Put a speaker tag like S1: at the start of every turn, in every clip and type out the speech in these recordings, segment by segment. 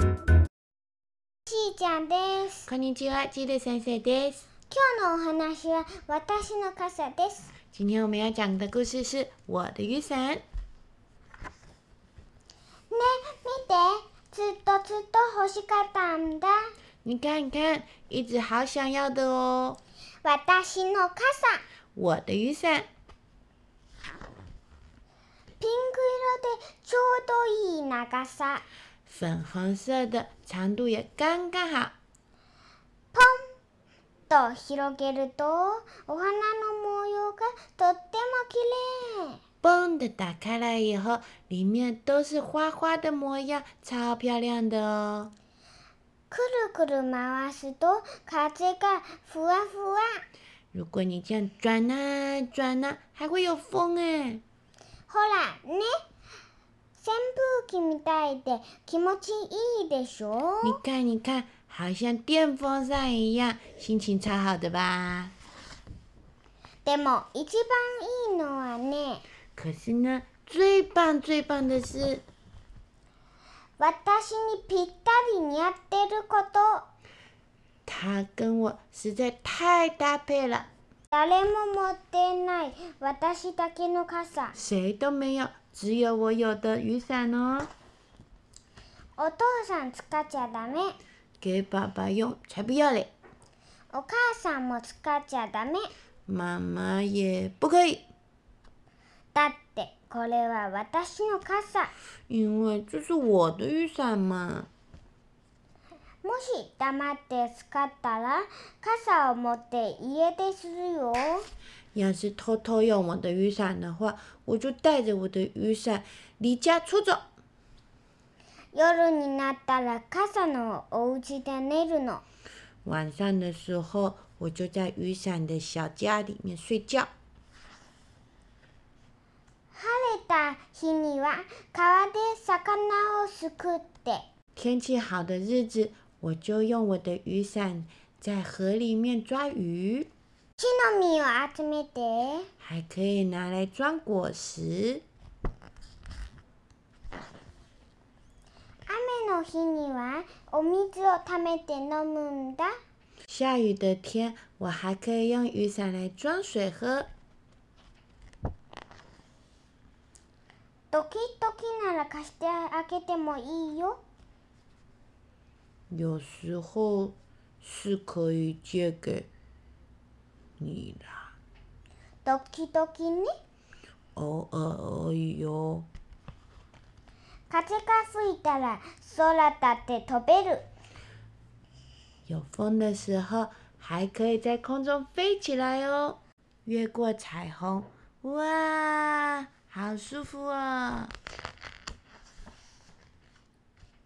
S1: しーちゃんです。
S2: こんにちは，基德先生です。
S1: 今日のお話は私の傘です。
S2: 今天我们要讲的故事是《我的雨伞》。
S1: ね、見て。ずっとずっと欲しかったんだ。
S2: 你看，你看，一直好想要的哦。
S1: 私の傘。
S2: 我的雨伞，
S1: ピンク色でちょうどいい長さ。
S2: 粉红色的，长度也刚刚好。
S1: ポンと広げると、お花の模様がとっても綺麗。
S2: 嘣的打开来以后，里面都是花花的模样，超漂亮的哦。
S1: くるくる回すと風がふわふわ。
S2: 如果你这样转啊转啊，还会有风哎。
S1: ほらね。扇風機みたいで気持ちいいでしょ
S2: 你看，你看，好像电风扇一样，心情超好的吧？
S1: でも一番いいのはね
S2: 可是呢，最棒最棒的是，
S1: 私にぴったり似合ってること
S2: 它跟我实在太搭配了，
S1: 誰も持ってない私だけの傘
S2: 谁都没有，只有我有的雨伞哦，
S1: お父さん使っちゃダメ
S2: 给爸爸用才不要嘞，
S1: お母さんも使っちゃダメ
S2: 妈妈也不可以。
S1: だってこれは私の傘
S2: 因为这是我的雨伞嘛。
S1: もし黙って使ったら傘を持って家出するよ
S2: 要是偷偷用我的雨伞的话，我就带着我的雨伞离家出走。
S1: 夜になったら傘のお家で寝るの
S2: 晚上的时候，我就在雨伞的小家里面睡觉。
S1: 晴れた日には川で魚をすくって
S2: 天气好的日子，我就用我的雨伞在河里面抓鱼，
S1: 木の実を集めて
S2: 还可以拿来装果实。
S1: 雨の日にはお水をためて飲むんだ
S2: 下雨的天，我还可以用雨伞来装水喝。
S1: ドキドキなら貸してあげてもいいよ
S2: 有时候是可以借给你的，
S1: ドキドキね
S2: 偶尔而已哦。
S1: 風が吹いたら空だって飛べる
S2: 有风的时候，还可以在空中飞起来哦，越过彩虹，哇，好舒服哦！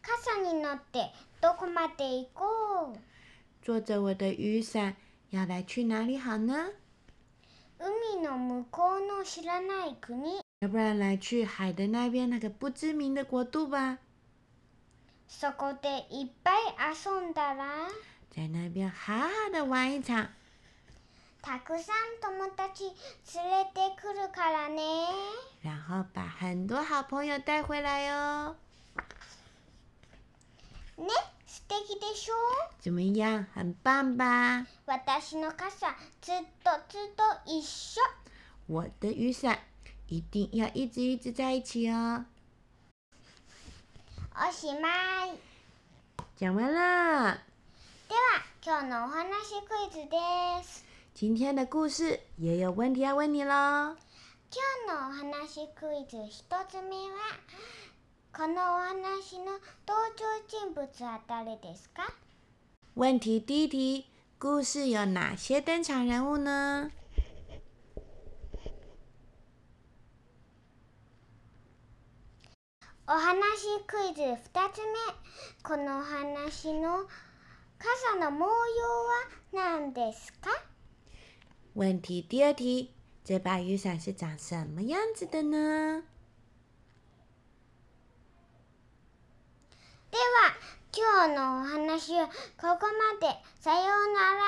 S1: 傘に乗ってどこまで行こう
S2: 坐着我的雨伞，要来去哪里好呢？
S1: 海の向こうの知らない国
S2: 要不然来去海的那边那个不知名的国度吧，
S1: そこでいっぱい遊んだら
S2: 在那边好好的玩一场。
S1: たくさん友達連れてくるからね
S2: 然后把很多好朋友带回来哦。
S1: ね素敵でしょ
S2: 怎么样？很棒吧？
S1: 私の傘ずっとずっと一緒
S2: 我的雨伞一定要一直一直在一起哦。
S1: おしまい
S2: 讲完啦，
S1: では今日のお話クイズです
S2: 今天的故事也有问题要问你喽。
S1: 今日のお話クイズ一つ目はこのお話の登場人物は誰ですか
S2: 问题第一题，故事有哪些登场人物呢？
S1: お話クイズ2つ目このお話の傘の模様は何ですか
S2: 问题第二题，这把雨伞是长什么样子的呢？
S1: では今日のお話はここまでさようなら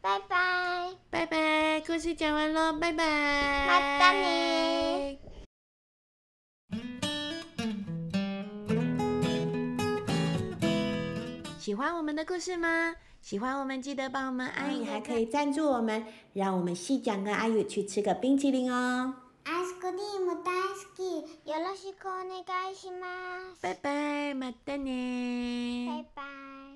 S1: バイバイ
S2: 拜拜，故事讲完喽，拜拜，
S1: またね
S2: 喜欢我们的故事吗？喜欢我们记得帮我们
S3: 阿
S2: 按一
S3: 姨哦
S2: 个
S3: 还可以赞助我们，让我们细讲跟阿宇去吃个冰淇淋哦。
S1: アイスクリーム大好きよろしくお願いします
S2: 拜拜，またね
S1: バイバイ